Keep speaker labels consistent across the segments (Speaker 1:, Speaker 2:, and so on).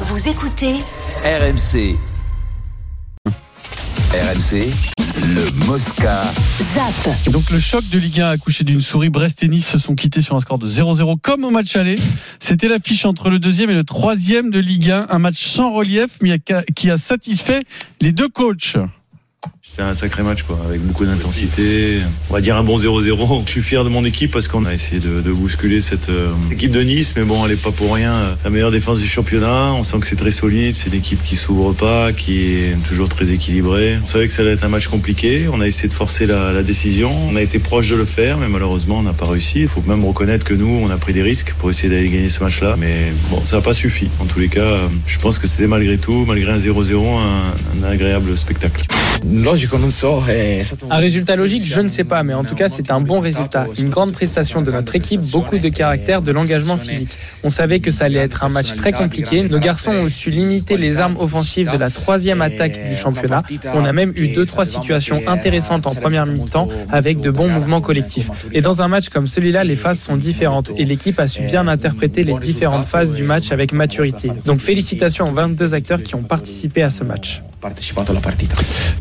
Speaker 1: Vous écoutez
Speaker 2: RMC. RMC, le Mosca.
Speaker 1: ZAP.
Speaker 3: Et Donc le choc de Ligue 1 accouché d'une souris. Brest et Nice se sont quittés sur un score de 0-0 comme au match aller. C'était l'affiche entre le deuxième et le troisième de Ligue 1. Un match sans relief mais qui a satisfait les deux coachs.
Speaker 4: C'était un sacré match, quoi, avec beaucoup d'intensité. On va dire un bon 0-0. Je suis fier de mon équipe parce qu'on a essayé de, de bousculer cette euh, équipe de Nice, mais bon, elle est pas pour rien euh, la meilleure défense du championnat. On sent que c'est très solide. C'est une équipe qui s'ouvre pas, qui est toujours très équilibrée. On savait que ça allait être un match compliqué. On a essayé de forcer la, la décision. On a été proche de le faire, mais malheureusement, on n'a pas réussi. Il faut même reconnaître que nous, on a pris des risques pour essayer d'aller gagner ce match-là. Mais bon, ça n'a pas suffi. En tous les cas, euh, je pense que c'était malgré tout, malgré un 0-0, un- un agréable spectacle.
Speaker 5: eh, Un résultat logique, je ne sais pas, mais en tout cas, c'est un bon résultat. Une grande prestation de notre équipe, beaucoup de caractère, de l'engagement physique. On savait que ça allait être un match très compliqué. Nos garçons ont su limiter les armes offensives de la troisième attaque du championnat. On a même eu deux, trois situations intéressantes en première mi-temps avec de bons mouvements collectifs. Et dans un match comme celui-là, les phases sont différentes et euh, l'équipe a su bien interpréter les différentes phases du match avec maturité. Donc félicitations aux 22 acteurs qui ont participé à ce match.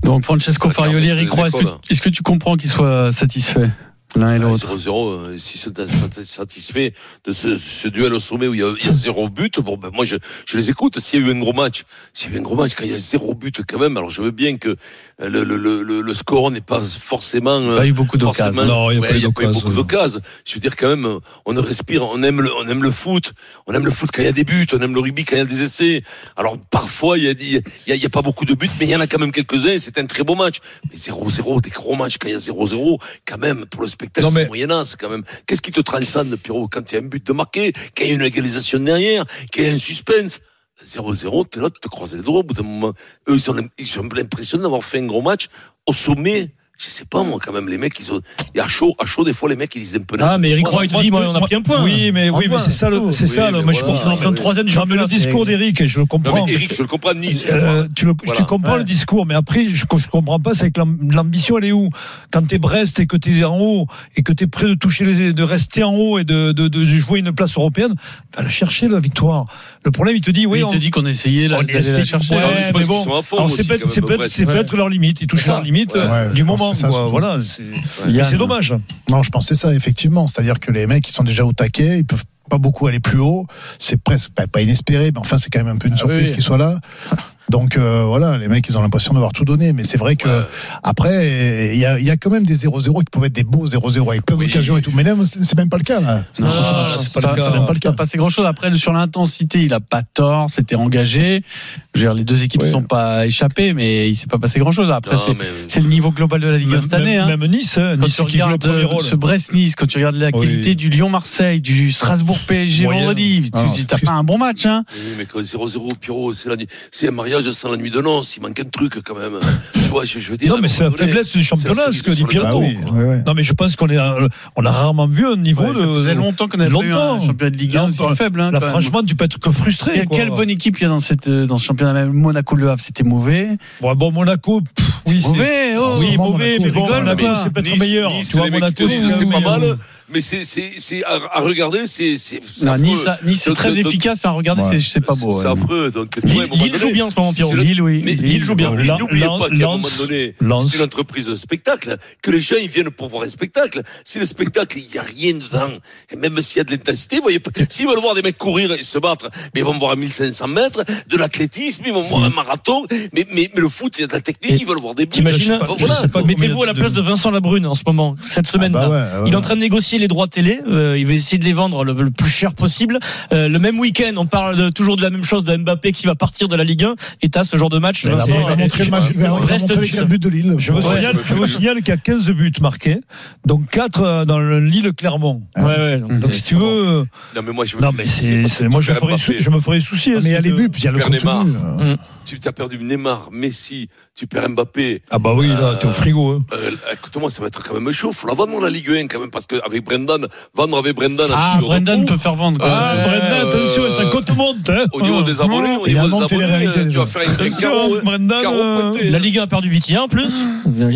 Speaker 3: Donc Francesco
Speaker 6: Ça tient,
Speaker 3: Farioli,
Speaker 6: mais Ah, c'est
Speaker 3: Eric Roy, est-ce que,
Speaker 6: écoles.
Speaker 3: est-ce que tu comprends qu'ils soient satisfaits l'un et l'autre
Speaker 6: 0-0, euh, s'ils sont sat- satisfaits de ce, ce duel au sommet où il y a, il y a zéro but, bon, ben, moi je, je les écoute. S'il y a eu un gros match, s'il y a eu un gros match, quand il y a zéro but quand même, alors je veux bien que euh, le, le, le, le- le score n'est pas forcément.
Speaker 3: Il n'y
Speaker 6: euh,
Speaker 3: a pas eu beaucoup d'occasions.
Speaker 6: forcément-
Speaker 7: Non, il y a
Speaker 6: ouais,
Speaker 7: pas eu
Speaker 6: il y a pas eu
Speaker 7: d'occasion.
Speaker 6: beaucoup d'occasions. Je veux dire quand même, euh, on respire, on aime le, on aime le foot, on aime le foot quand il y a des buts, on aime le rugby quand il y a des essais. Alors parfois il y a, des- il y a, il y a pas beaucoup de buts, mais il y en a quand même quelques-uns. et C'est un très beau match. Mais 0-0, des gros matchs quand il y a 0-0, quand même pour le spectacle,
Speaker 7: Non, mais-
Speaker 6: c'est moyennasse quand même. Qu'est-ce qui te transcende, Pierrot, quand il y a un but de marqué, quand il y a une égalisation derrière, quand il y a un suspense? 0-0, t'es là, tu te croises les doigts au bout d'un moment. Eux, ils ont l'im- ils ont l'impression d'avoir fait un gros match au sommet. Je sais pas, moi, quand même, les mecs, ils ont. Et à chaud, à chaud, des fois, les mecs, ils disent un peu
Speaker 7: Ah, mais Eric
Speaker 6: n'importe
Speaker 7: Roy, il te dit, moi, on a pris un point. Oh. Oui, mais, oui, mais c'est ça, le- c'est
Speaker 6: Oui,
Speaker 7: ça.
Speaker 6: mais
Speaker 7: Moi, je
Speaker 6: voilà.
Speaker 7: pense
Speaker 6: Non, mais-
Speaker 7: troisième Le discours d'Eric, je le
Speaker 6: quoi.
Speaker 7: comprends.
Speaker 6: Non, mais Eric, je le comprends, Nice.
Speaker 7: Euh, tu le, je
Speaker 6: Voilà.
Speaker 7: te comprends le discours, mais après, je, je comprends pas, c'est que l'am- l'ambition, elle est où Quand t'es Brest et que t'es en haut et que t'es prêt de toucher, les, de rester en haut et de, de, de jouer une place européenne, va la chercher la victoire. Le problème, il te dit, oui,
Speaker 3: Il
Speaker 7: on,
Speaker 3: te dit qu'on essayait
Speaker 7: on
Speaker 3: la- d'aller
Speaker 7: essaie-
Speaker 3: la chercher.
Speaker 7: ouais,
Speaker 6: Ah oui, je pense
Speaker 7: mais
Speaker 6: qu'ils
Speaker 7: bon.
Speaker 6: sont à fond
Speaker 7: Alors,
Speaker 6: aussi,
Speaker 7: c'est
Speaker 6: quand
Speaker 7: peut-être,
Speaker 6: même,
Speaker 7: c'est peut-être,
Speaker 6: Brest.
Speaker 7: c'est peut-être leur limite. Ils touchent
Speaker 8: C'est ça.
Speaker 7: leur limite
Speaker 8: Ouais,
Speaker 7: euh,
Speaker 8: ouais,
Speaker 7: du
Speaker 8: je
Speaker 7: moment.
Speaker 8: pense que c'est ça,
Speaker 7: quoi.
Speaker 8: surtout.
Speaker 7: Voilà. c'est-
Speaker 3: Il y
Speaker 7: Mais
Speaker 3: a-
Speaker 7: C'est dommage.
Speaker 8: Non, je pensais ça, effectivement. C'est-à-dire que les mecs, ils sont déjà au taquet, ils peuvent pas beaucoup aller plus haut. C'est presque pas, pas inespéré, mais enfin, c'est quand même un peu
Speaker 7: Ah
Speaker 8: une surprise
Speaker 3: oui.
Speaker 8: qu'ils soient là. Donc euh, voilà, les mecs, ils ont l'impression d'avoir tout donné. Mais c'est vrai que après, il y a, il y a quand même des 0-0 qui peuvent être des beaux 0-0 avec plein
Speaker 6: Oui.
Speaker 8: d'occasions et tout. Mais là, c'est c'est même pas le cas. Là.
Speaker 3: Non,
Speaker 8: Sur ce match,
Speaker 3: ça-
Speaker 8: c'est pas le cas.
Speaker 3: ça n'a pas le cas. passé grand chose. Après, sur l'intensité, il a pas tort, c'était engagé. Je veux dire, les deux équipes ne
Speaker 8: Ouais.
Speaker 3: sont pas échappées, mais il s'est pas passé grand chose. Après,
Speaker 6: Non,
Speaker 3: c'est
Speaker 6: mais-
Speaker 3: c'est le niveau global de la Ligue 1 cette année. hein.
Speaker 7: Même même Nice, hein,
Speaker 3: Quand
Speaker 7: Nice
Speaker 3: tu
Speaker 7: qui joue le
Speaker 3: regardes
Speaker 7: premier
Speaker 3: euh,
Speaker 7: rôle.
Speaker 3: ce Brest-Nice, quand tu regardes la
Speaker 7: Oui.
Speaker 3: qualité du Lyon-Marseille, du Strasbourg-PSG
Speaker 7: Moyen.
Speaker 3: vendredi,
Speaker 8: Ah,
Speaker 3: tu
Speaker 8: c'est
Speaker 3: n'as
Speaker 8: triste.
Speaker 3: pas un bon match. Hein.
Speaker 6: Oui, mais quand 0-0, Pierrot, c'est la nuit- c'est un mariage sans la nuit de noces. Il manque un truc, quand même. tu vois, je, je veux dire.
Speaker 7: Non, mais
Speaker 6: à un
Speaker 7: c'est la
Speaker 6: moment donné,
Speaker 7: faiblesse du
Speaker 6: c'est la
Speaker 7: championnat,
Speaker 6: cerise
Speaker 7: ce que
Speaker 6: sur
Speaker 7: dit
Speaker 6: le
Speaker 7: Pierrot.
Speaker 6: gâteau,
Speaker 8: Ah oui,
Speaker 6: quoi.
Speaker 8: ouais, ouais.
Speaker 7: Non, mais je pense qu'on est, à- on a rarement vu un niveau
Speaker 3: Ouais,
Speaker 7: de.
Speaker 3: ça faisait longtemps qu'on avait pas eu un
Speaker 7: longtemps.
Speaker 3: championnat de Ligue 1 aussi
Speaker 7: Longtemps.
Speaker 3: faible. Hein,
Speaker 7: Là,
Speaker 3: quand même.
Speaker 7: franchement, tu peux être que frustré.
Speaker 3: Quelle-
Speaker 7: quoi.
Speaker 3: quelle bonne équipe il y a dans, cette, euh, dans ce championnat même Monaco Le Havre, c'était mauvais.
Speaker 7: Bon, bon, Monaco, pff, oui, c'est-
Speaker 3: Mauvais, oh,
Speaker 7: oui,
Speaker 8: vraiment,
Speaker 7: mauvais,
Speaker 8: Monaco,
Speaker 7: mais
Speaker 3: on
Speaker 7: bon,
Speaker 3: rigole,
Speaker 7: Monaco,
Speaker 3: quoi.
Speaker 7: c'est peut-être
Speaker 6: Nice,
Speaker 7: meilleur.
Speaker 6: Nice,
Speaker 7: tu vois,
Speaker 6: les mecs
Speaker 7: Monaco,
Speaker 6: te disent,
Speaker 7: c'est
Speaker 6: c'est pas
Speaker 7: meilleur.
Speaker 6: mal, mais c'est, c'est, c'est à, à regarder, c'est, c'est, c'est
Speaker 3: Non,
Speaker 6: affreux.
Speaker 3: Nice, ça- Nice, c'est
Speaker 6: Donc,
Speaker 3: très
Speaker 6: donc,
Speaker 3: efficace à regarder,
Speaker 8: Ouais.
Speaker 3: c'est- c'est pas beau.
Speaker 6: C'est
Speaker 3: ouais.
Speaker 6: affreux. Donc, tu vois, à un moment donné,
Speaker 7: en ce moment,
Speaker 6: Pierrot.
Speaker 7: Lille,
Speaker 3: Lille, oui.
Speaker 6: Mais
Speaker 7: Lille joue bien.
Speaker 6: Mais
Speaker 7: Lan-
Speaker 6: N'oubliez
Speaker 7: Lan-
Speaker 6: pas qu'à un moment
Speaker 7: Lance-
Speaker 6: donné,
Speaker 7: Lance.
Speaker 6: c'est une entreprise de spectacle, que les gens ils viennent pour voir un spectacle. Si le spectacle, il n'y a rien dedans, et même s'il y a de l'intensité, vous voyez, pas- s'ils veulent voir des mecs courir et se battre, mais ils vont voir à 1500 mètres, de l'athlétisme, ils vont voir
Speaker 7: Mm.
Speaker 6: un marathon, mais, mais, mais le foot, il y a de la technique, ils veulent voir des buts.
Speaker 9: T'imagines
Speaker 6: Bah, voilà,
Speaker 7: je sais pas
Speaker 6: quoi.
Speaker 9: Mettez-vous à la place de Vincent Labrune en ce moment, cette
Speaker 8: Ah,
Speaker 9: semaine-là.
Speaker 8: bah ouais, ouais.
Speaker 9: Il est en train de négocier les droits télé. euh, il va essayer de les vendre le, le plus cher possible. Euh, le même week-end, on parle de- toujours de la même chose de Mbappé qui va partir de la Ligue 1. Et t'as ce genre de match.
Speaker 8: Mais là,
Speaker 9: Vincent,
Speaker 8: Il a montré
Speaker 9: euh,
Speaker 8: le match, il a
Speaker 9: Brest
Speaker 8: montré
Speaker 9: Nice.
Speaker 8: le but de Lille.
Speaker 7: Je me
Speaker 8: Ouais.
Speaker 7: signale, je me signale qu'il y a 15 buts marqués, donc 4 dans le Lille-Clermont.
Speaker 9: Ouais, ouais, donc,
Speaker 7: Donc si tu veux,
Speaker 6: Non, mais moi, je me
Speaker 7: non
Speaker 6: fais-
Speaker 7: mais c'est, c'est- moi je me
Speaker 6: Mbappé.
Speaker 7: ferais, sou- je me ferais souci.
Speaker 8: Ah, Mais il y a les buts, puis il y a le
Speaker 6: Père
Speaker 8: contenu. hein.
Speaker 6: Tu as perdu Neymar, Messi, tu perds Mbappé,
Speaker 7: Ah bah oui, là t'es au frigo. hein.
Speaker 6: Euh, écoute-moi, ça va être quand même chaud. Faut la vendre, la Ligue 1, quand même, parce qu'avec Brendan, vendre avec Brendan.
Speaker 3: Ah,
Speaker 6: absolument
Speaker 3: Brendan
Speaker 6: beaucoup.
Speaker 3: peut faire vendre. quoi.
Speaker 7: Ah,
Speaker 6: Euh,
Speaker 7: Brendan, attention,
Speaker 6: euh,
Speaker 7: ça cote monte. hein.
Speaker 6: Au niveau des abonnés, au
Speaker 8: Il
Speaker 6: niveau
Speaker 8: a
Speaker 6: des
Speaker 8: monté les
Speaker 6: abonnés,
Speaker 8: réalités,
Speaker 6: euh, tu
Speaker 8: déjà.
Speaker 6: vas faire un
Speaker 7: Attention,
Speaker 6: carreau,
Speaker 7: Brendan,
Speaker 6: carreau
Speaker 7: euh,
Speaker 6: pointé.
Speaker 9: La Ligue 1 a perdu Vitinha en plus.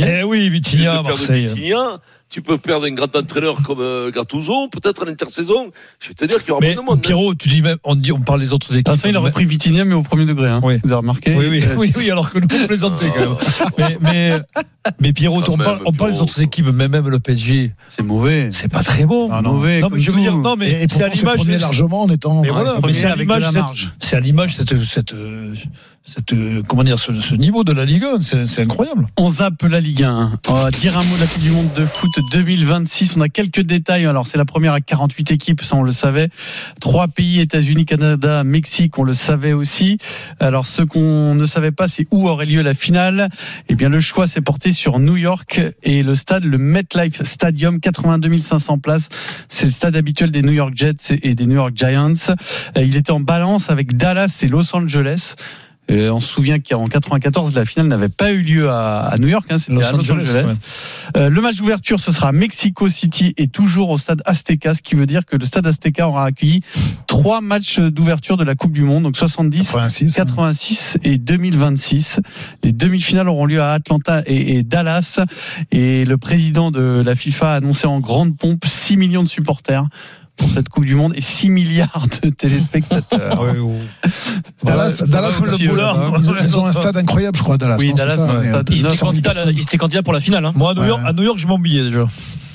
Speaker 7: Eh oui,
Speaker 6: Tu
Speaker 7: Vitinha à
Speaker 6: perds de
Speaker 7: Marseille.
Speaker 6: Vitinha, tu peux perdre un grand entraîneur comme euh, Gattuso, peut-être à l'intersaison. Je vais te dire qu'il y aura
Speaker 7: Mais
Speaker 6: moins de monde. hein.
Speaker 7: Pierrot, tu dis même, on, dit, on parle des autres équipes.
Speaker 3: De toute façon, Ah, il a repris Vitinha, mais au premier degré. hein.
Speaker 7: Oui.
Speaker 3: Vous avez remarqué
Speaker 7: oui, oui,
Speaker 3: Euh,
Speaker 7: oui, oui, alors que nous, on plaisantait quand même. Mais, mais, mais Pierrot,
Speaker 6: Quand
Speaker 7: on parle,
Speaker 6: Ah. même,
Speaker 7: on parle des
Speaker 6: Pierrot.
Speaker 7: autres équipes, mais même le PSG,
Speaker 3: C'est mauvais.
Speaker 7: c'est pas très bon.
Speaker 8: Ah
Speaker 3: non, mauvais,
Speaker 7: Non, mais
Speaker 3: comme
Speaker 7: je veux
Speaker 3: tout.
Speaker 7: dire, non, mais
Speaker 8: et
Speaker 7: c'est
Speaker 8: pourtant,
Speaker 7: à l'image
Speaker 8: premier
Speaker 7: de
Speaker 8: largement en étant
Speaker 7: Mais voilà,
Speaker 8: premier
Speaker 7: mais c'est à
Speaker 8: avec
Speaker 7: l'image,
Speaker 8: de la
Speaker 7: c'est-
Speaker 8: marge.
Speaker 7: C'est à l'image cette, cette, euh, cette, euh, comment dire, ce, ce niveau de la Ligue 1, c'est c'est incroyable.
Speaker 3: On zappe la Ligue 1. On va dire un mot de la Coupe du Monde de foot 2026. On a quelques détails. Alors, c'est la première à 48 équipes, ça on le savait. Trois pays, États-Unis, Canada, Mexique, on le savait aussi. Alors, ce qu'on ne savait pas, c'est où aurait lieu la finale. Eh bien, le choix s'est porté sur New York et le stade, le MetLife Stadium, 82 500 places. C'est le stade habituel des New York Jets et des New York Giants. Euh, Il était en balance avec Dallas et Los Angeles. Euh, on se souvient qu'en 94, la finale n'avait pas eu lieu à, à New York, hein, c'était
Speaker 7: Los
Speaker 3: à Los
Speaker 7: Angeles,
Speaker 3: Angeles. Euh, le match d'ouverture, ce sera à Mexico City et toujours au stade Azteca, ce qui veut dire que le stade Azteca aura accueilli trois matchs d'ouverture de la Coupe du Monde, donc 70,
Speaker 7: hein.
Speaker 8: 86.
Speaker 3: 86 et 2026. Les demi-finales auront lieu à Atlanta et, et Dallas. Et le président de la FIFA a annoncé en grande pompe 6 millions de supporters pour cette Coupe du Monde et 6 milliards de
Speaker 8: Ah
Speaker 3: téléspectateurs.
Speaker 8: Dallas,
Speaker 7: Voilà,
Speaker 8: Dallas
Speaker 7: c'est
Speaker 8: aussi,
Speaker 7: le
Speaker 8: euh,
Speaker 7: boulard.
Speaker 8: ils ont- ils ont un stade incroyable, je crois, Dallas.
Speaker 3: Oui,
Speaker 8: non, c'est
Speaker 3: Dallas,
Speaker 8: ça,
Speaker 3: un
Speaker 8: mais,
Speaker 3: stade
Speaker 8: euh,
Speaker 9: Il était
Speaker 8: 200 000
Speaker 9: candidat,
Speaker 8: personnes.
Speaker 9: il était candidat pour la finale. Hein.
Speaker 7: Moi, à New,
Speaker 8: Ouais.
Speaker 7: York, à New York, je m'en billet déjà.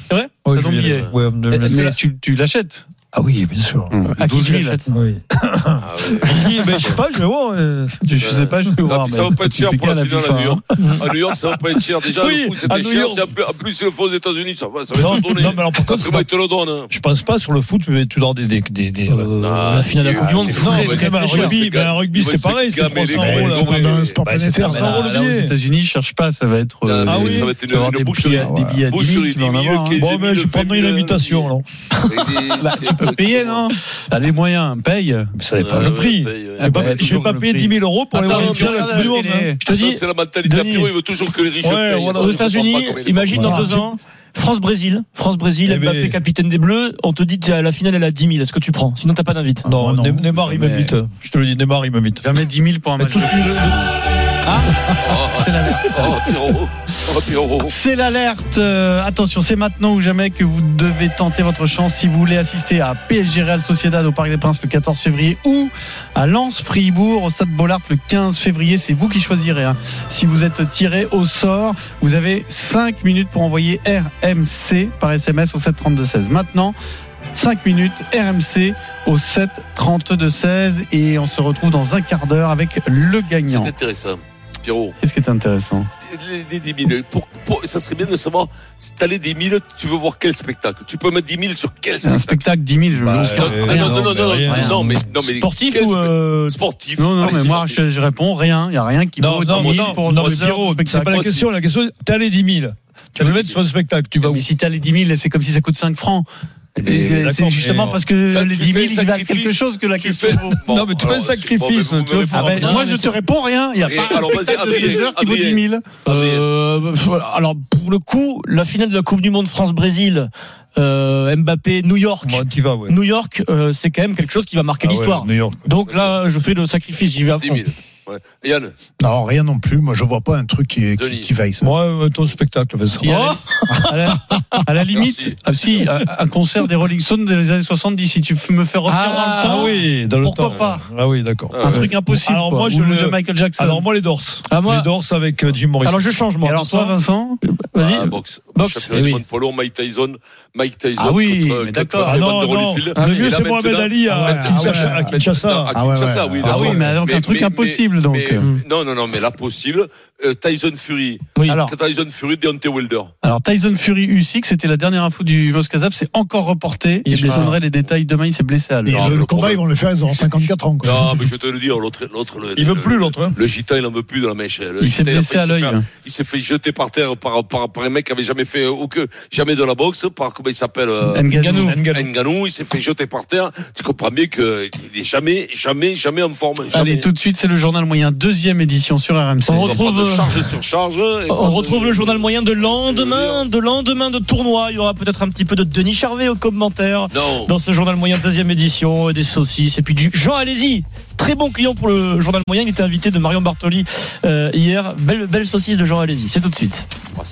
Speaker 9: C'est vrai
Speaker 7: Ouais,
Speaker 3: T'as
Speaker 7: je vais y
Speaker 3: ton
Speaker 7: aller.
Speaker 3: billet
Speaker 7: Ouais, en
Speaker 6: Euh,
Speaker 7: 2026.
Speaker 3: Mais tu tu l'achètes
Speaker 7: Ah oui, bien sûr.
Speaker 9: À qui
Speaker 3: 12
Speaker 9: tu
Speaker 3: 000.
Speaker 9: l'achètes
Speaker 8: Mm.
Speaker 7: Oui.
Speaker 6: Ah ouais.
Speaker 7: Qui- mais je sais pas, je vais voir. euh,
Speaker 3: Je, je sais pas, je vais
Speaker 6: Ah,
Speaker 3: voir.
Speaker 6: puis ça
Speaker 3: mais
Speaker 6: va pas être cher
Speaker 3: c'est
Speaker 6: pour la
Speaker 3: compliqué,
Speaker 6: finale
Speaker 3: FIFA,
Speaker 6: à New
Speaker 3: hein.
Speaker 6: York. À New York, ça va pas être cher. Déjà,
Speaker 7: Oui,
Speaker 6: le foot,
Speaker 7: à
Speaker 6: c'était
Speaker 7: New
Speaker 6: cher.
Speaker 7: York.
Speaker 6: c'est un peu- En plus, il le faut aux États-Unis, ça va, ça va
Speaker 7: Non,
Speaker 6: être donné.
Speaker 7: non, mais alors par contre,
Speaker 6: Parce
Speaker 7: c'est
Speaker 6: que
Speaker 7: pas-
Speaker 6: moi, ils te le donnent. hein. Ah,
Speaker 7: je pense pas sur le foot, mais tu dois des. des, des, des euh,
Speaker 9: La finale de la Coupe du Monde, c'est
Speaker 7: non,
Speaker 9: très,
Speaker 7: mais
Speaker 9: très,
Speaker 7: même
Speaker 9: très
Speaker 7: un
Speaker 9: cher.
Speaker 7: rugby,
Speaker 6: C'est
Speaker 7: ben, un rugby
Speaker 6: ouais,
Speaker 7: c'était
Speaker 6: c'est
Speaker 7: pareil, c'était
Speaker 6: gamer,
Speaker 7: 300
Speaker 6: les
Speaker 7: euros.
Speaker 6: mecs,
Speaker 7: là,
Speaker 6: ils ont
Speaker 7: on
Speaker 6: gamer.
Speaker 7: a un
Speaker 6: Bah,
Speaker 7: sport
Speaker 8: c'est
Speaker 7: planétaire,
Speaker 8: ça,
Speaker 7: 100 euros
Speaker 3: Là, là,
Speaker 7: le
Speaker 3: aux
Speaker 7: billet.
Speaker 3: États-Unis, je cherche pas, ça va être euh,
Speaker 6: Ah
Speaker 3: des-
Speaker 6: oui,
Speaker 3: des-
Speaker 6: ça va être une-
Speaker 3: avoir
Speaker 6: une
Speaker 3: des
Speaker 6: bouche,
Speaker 3: billets-
Speaker 8: ouais.
Speaker 3: des billets à 10
Speaker 6: Bouche
Speaker 3: 000,
Speaker 6: sur les
Speaker 3: tu vas en
Speaker 6: 10 000,
Speaker 3: avoir, hein.
Speaker 6: 15 000.
Speaker 7: Bon, mais je vais prendre une invitation, alors. Bah,
Speaker 3: Tu peux payer, non T'as les moyens, hein. paye.
Speaker 7: Mais ça dépend le prix. Je
Speaker 3: Ah
Speaker 7: vais
Speaker 3: bah,
Speaker 7: pas- je vais
Speaker 3: toujours
Speaker 7: pas
Speaker 3: le
Speaker 7: payer
Speaker 3: prix.
Speaker 7: 10 000 euros pour aller voir
Speaker 6: Attends,
Speaker 7: une finale de
Speaker 6: mais
Speaker 7: Coupe du Monde.
Speaker 3: ça,
Speaker 7: hein.
Speaker 9: Je te dis,
Speaker 6: C'est la mentalité
Speaker 9: Denis.
Speaker 6: d'Apiro, il veut toujours que les riches
Speaker 7: Ouais,
Speaker 6: payent. ça,
Speaker 7: voilà,
Speaker 9: aux
Speaker 6: je comprends pas
Speaker 9: États-Unis,
Speaker 6: comment ils les
Speaker 9: imagine
Speaker 6: font.
Speaker 9: dans
Speaker 7: Ah,
Speaker 9: deux ans, France-Brésil, France-Brésil,
Speaker 7: Eh ben.
Speaker 9: Mbappé capitaine des Bleus, on te dit tiens, la finale elle a 10 000, est-ce que tu prends Sinon t'as pas d'invite.
Speaker 7: Non,
Speaker 8: Ah, non.
Speaker 7: Ne- Neymar, il
Speaker 3: Mais-
Speaker 7: m'invite. Je te le dis, Neymar, il m'invite.
Speaker 3: Jamais 10 000 pour un
Speaker 7: Mais
Speaker 3: match.
Speaker 7: tout ce que
Speaker 6: Oh, oh, Pierrot. Oh, Pierrot.
Speaker 3: C'est l'alerte. Euh, attention, c'est maintenant ou jamais que vous devez tenter votre chance si vous voulez assister à PSG Real Sociedad au Parc des Princes le 14 février ou à Lens Fribourg au Stade Bollard le 15 février. C'est vous qui choisirez. hein. Si vous êtes tiré au sort, vous avez 5 minutes pour envoyer RMC par SMS au 732-16. Maintenant, 5 minutes RMC au 732-16 et on se retrouve dans un quart d'heure avec le
Speaker 6: C'est
Speaker 3: gagnant.
Speaker 6: intéressant. Pierrot.
Speaker 3: Qu'est-ce qui est intéressant
Speaker 6: Les, les 10 000, pour, pour- ça serait bien de savoir si t'as les 10 000, tu veux voir quel spectacle Tu peux mettre 10 000 sur quel
Speaker 3: C'est un spectacle
Speaker 6: spectacle
Speaker 3: 10 000, je
Speaker 7: Bah,
Speaker 3: l'ose pas.
Speaker 6: non,
Speaker 7: euh,
Speaker 6: ah, non, non, non, non,
Speaker 7: rien,
Speaker 3: rien.
Speaker 6: non, mais, non, mais
Speaker 9: Sportif
Speaker 6: quel
Speaker 9: ou
Speaker 6: spectacle
Speaker 9: euh,
Speaker 6: sportif
Speaker 3: Non, non,
Speaker 6: Allez,
Speaker 3: mais moi,
Speaker 6: sportif.
Speaker 3: je, je réponds rien. Il n'y a rien qui
Speaker 7: Non,
Speaker 3: vaut
Speaker 7: non,
Speaker 6: moi,
Speaker 3: 10 000
Speaker 6: non.
Speaker 3: pour
Speaker 7: Non,
Speaker 3: deux
Speaker 7: mais
Speaker 3: heures
Speaker 7: Pierrot,
Speaker 3: de
Speaker 7: c'est pas la
Speaker 3: spectacle.
Speaker 7: question. La question, t'as les 10 000. Tu veux le mettre sur un spectacle, tu vas où
Speaker 3: Mais si t'as les 10 000, c'est comme si ça coûte 5 francs.
Speaker 7: mais
Speaker 3: C'est- C'est
Speaker 7: d'accord,
Speaker 3: justement
Speaker 7: mais-
Speaker 3: parce que
Speaker 6: Ça, tu
Speaker 3: les 10
Speaker 6: fais
Speaker 3: 000,
Speaker 6: le
Speaker 3: ils valent
Speaker 6: sacrifice,
Speaker 3: quelque chose que la
Speaker 6: tu
Speaker 3: question
Speaker 6: fais-
Speaker 3: vaut.
Speaker 6: Bon, bah,
Speaker 7: Non, mais tu fais un
Speaker 6: alors, c'est-
Speaker 7: sacrifice,
Speaker 6: bon, mais vous
Speaker 7: tu
Speaker 6: me
Speaker 7: vois,
Speaker 3: Ah
Speaker 7: Ah,
Speaker 3: ben,
Speaker 6: répondez.
Speaker 9: non,
Speaker 3: moi,
Speaker 9: mais
Speaker 3: je
Speaker 9: c'est-
Speaker 3: te réponds rien. Il n'y a
Speaker 6: Et
Speaker 3: pas un
Speaker 6: alors, vas-y,
Speaker 3: spectacle de
Speaker 6: Adrien,
Speaker 3: deux heures qui vaut 10
Speaker 6: Adrien.
Speaker 3: 000.
Speaker 6: Adrien.
Speaker 9: Euh, alors pour le coup, la finale de la Coupe du Monde France-Brésil, euh, Mbappé, New York.
Speaker 7: Moi, tu vas, ouais.
Speaker 9: New York, euh, c'est quand même quelque chose qui va marquer
Speaker 7: Ah ouais,
Speaker 9: l'histoire.
Speaker 7: New York.
Speaker 9: Donc là, je fais le sacrifice, j'y vais à
Speaker 6: 10
Speaker 9: fond.
Speaker 6: 000. Ouais. Yann, hein,
Speaker 8: Non, rien non plus. Moi, je vois pas un truc qui, qui,
Speaker 6: Denis.
Speaker 8: qui vaille ça.
Speaker 7: Moi, euh, ton spectacle, Vincent. Ah
Speaker 3: Si, à la- à la- À la limite, ah,
Speaker 6: Merci.
Speaker 3: si, un- un concert des Rolling Stones des années 70, si tu f- me fais revenir dans
Speaker 9: Ah,
Speaker 3: le temps,
Speaker 7: oui, dans le
Speaker 3: pourquoi
Speaker 7: temps.
Speaker 3: pas
Speaker 7: Ah oui, d'accord.
Speaker 9: Euh,
Speaker 6: Ah
Speaker 3: un
Speaker 6: ouais.
Speaker 3: truc impossible.
Speaker 7: Alors,
Speaker 3: quoi.
Speaker 7: moi, je
Speaker 3: Ou
Speaker 7: le-
Speaker 3: de Michael Jackson.
Speaker 7: Alors moi les Dorses.
Speaker 9: Ah, moi-
Speaker 7: les Dorses avec euh, Jim Morrison.
Speaker 9: Alors je change
Speaker 3: Et
Speaker 9: moi.
Speaker 3: alors, toi, Vincent
Speaker 9: Vas-y.
Speaker 6: ah, boxe.
Speaker 9: Boxe,
Speaker 6: Championnat
Speaker 9: eh
Speaker 6: du
Speaker 9: oui.
Speaker 6: monde polo, Mike Tyson. Mike Tyson
Speaker 3: Ah oui,
Speaker 6: contre,
Speaker 3: mais
Speaker 6: contre
Speaker 3: d'accord.
Speaker 7: ah
Speaker 6: Evander
Speaker 7: non, non.
Speaker 6: Holyfield.
Speaker 7: Le
Speaker 3: Et
Speaker 7: mieux
Speaker 6: là,
Speaker 7: c'est Mohamed
Speaker 6: maintenant-
Speaker 7: Ali hein. à,
Speaker 8: Ah ouais,
Speaker 7: à Kinshasa.
Speaker 8: ah ouais.
Speaker 7: à Kinshasa.
Speaker 6: Ah,
Speaker 8: Ah ouais,
Speaker 6: Kinshasa,
Speaker 8: ouais.
Speaker 6: oui,
Speaker 3: Ah
Speaker 6: d'accord.
Speaker 3: oui, mais donc un truc impossible, donc. euh.
Speaker 6: mais- non, non, non, mais là, possible. Euh, Tyson Fury.
Speaker 9: Oui.
Speaker 3: Alors,
Speaker 6: Tyson Fury, Deontay Wilder.
Speaker 3: Alors Tyson Fury U6, c'était la dernière info du Moscazap, c'est encore reporté.
Speaker 9: Il
Speaker 3: et
Speaker 9: est
Speaker 3: je vous
Speaker 9: blessé.
Speaker 3: donnerai les détails demain, il s'est blessé à
Speaker 8: Et
Speaker 3: l'heure.
Speaker 9: Ah,
Speaker 6: Non,
Speaker 8: le,
Speaker 6: le
Speaker 8: le combat, ils
Speaker 6: problème-
Speaker 8: vont le faire, ils auront 54 ans. Quoi.
Speaker 6: Non, mais je vais te le dire, l'autre, l'autre, le,
Speaker 7: Il
Speaker 6: le-
Speaker 7: veut plus l'autre. hein.
Speaker 6: le gitan, il en veut plus de la mèche. Le
Speaker 3: Il s'est
Speaker 6: gitan,
Speaker 3: blessé
Speaker 6: après,
Speaker 3: à
Speaker 6: il s'est
Speaker 3: l'œil.
Speaker 6: fait- Il s'est fait jeter par terre par, par, par un mec qui avait jamais fait euh, aucun, jamais de la boxe, par, comment il s'appelle, euh,
Speaker 3: Ngannou.
Speaker 6: Ngannou, il s'est fait jeter par terre. Tu comprends bien que il est jamais, jamais, jamais en forme. Jamais.
Speaker 3: Allez, tout de suite, c'est le journal moyen, deuxième édition sur
Speaker 9: On
Speaker 3: RMC.
Speaker 9: re-
Speaker 6: On retrouve
Speaker 9: retrouve, euh,
Speaker 6: charge sur charge. et
Speaker 9: On
Speaker 6: prendre-
Speaker 9: retrouve le journal moyen de lendemain, de lendemain de tournoi. Il y aura peut-être un petit peu de Denis Charvet au commentaire
Speaker 6: euh, Non.
Speaker 9: dans ce journal moyen deuxième édition, des saucisses et puis du Jean Allez-y. Très bon client pour le journal moyen. Il était invité de Marion Bartoli euh, hier. Belle, belle saucisse de Jean Allez-y. C'est tout de suite.
Speaker 6: Ah, ça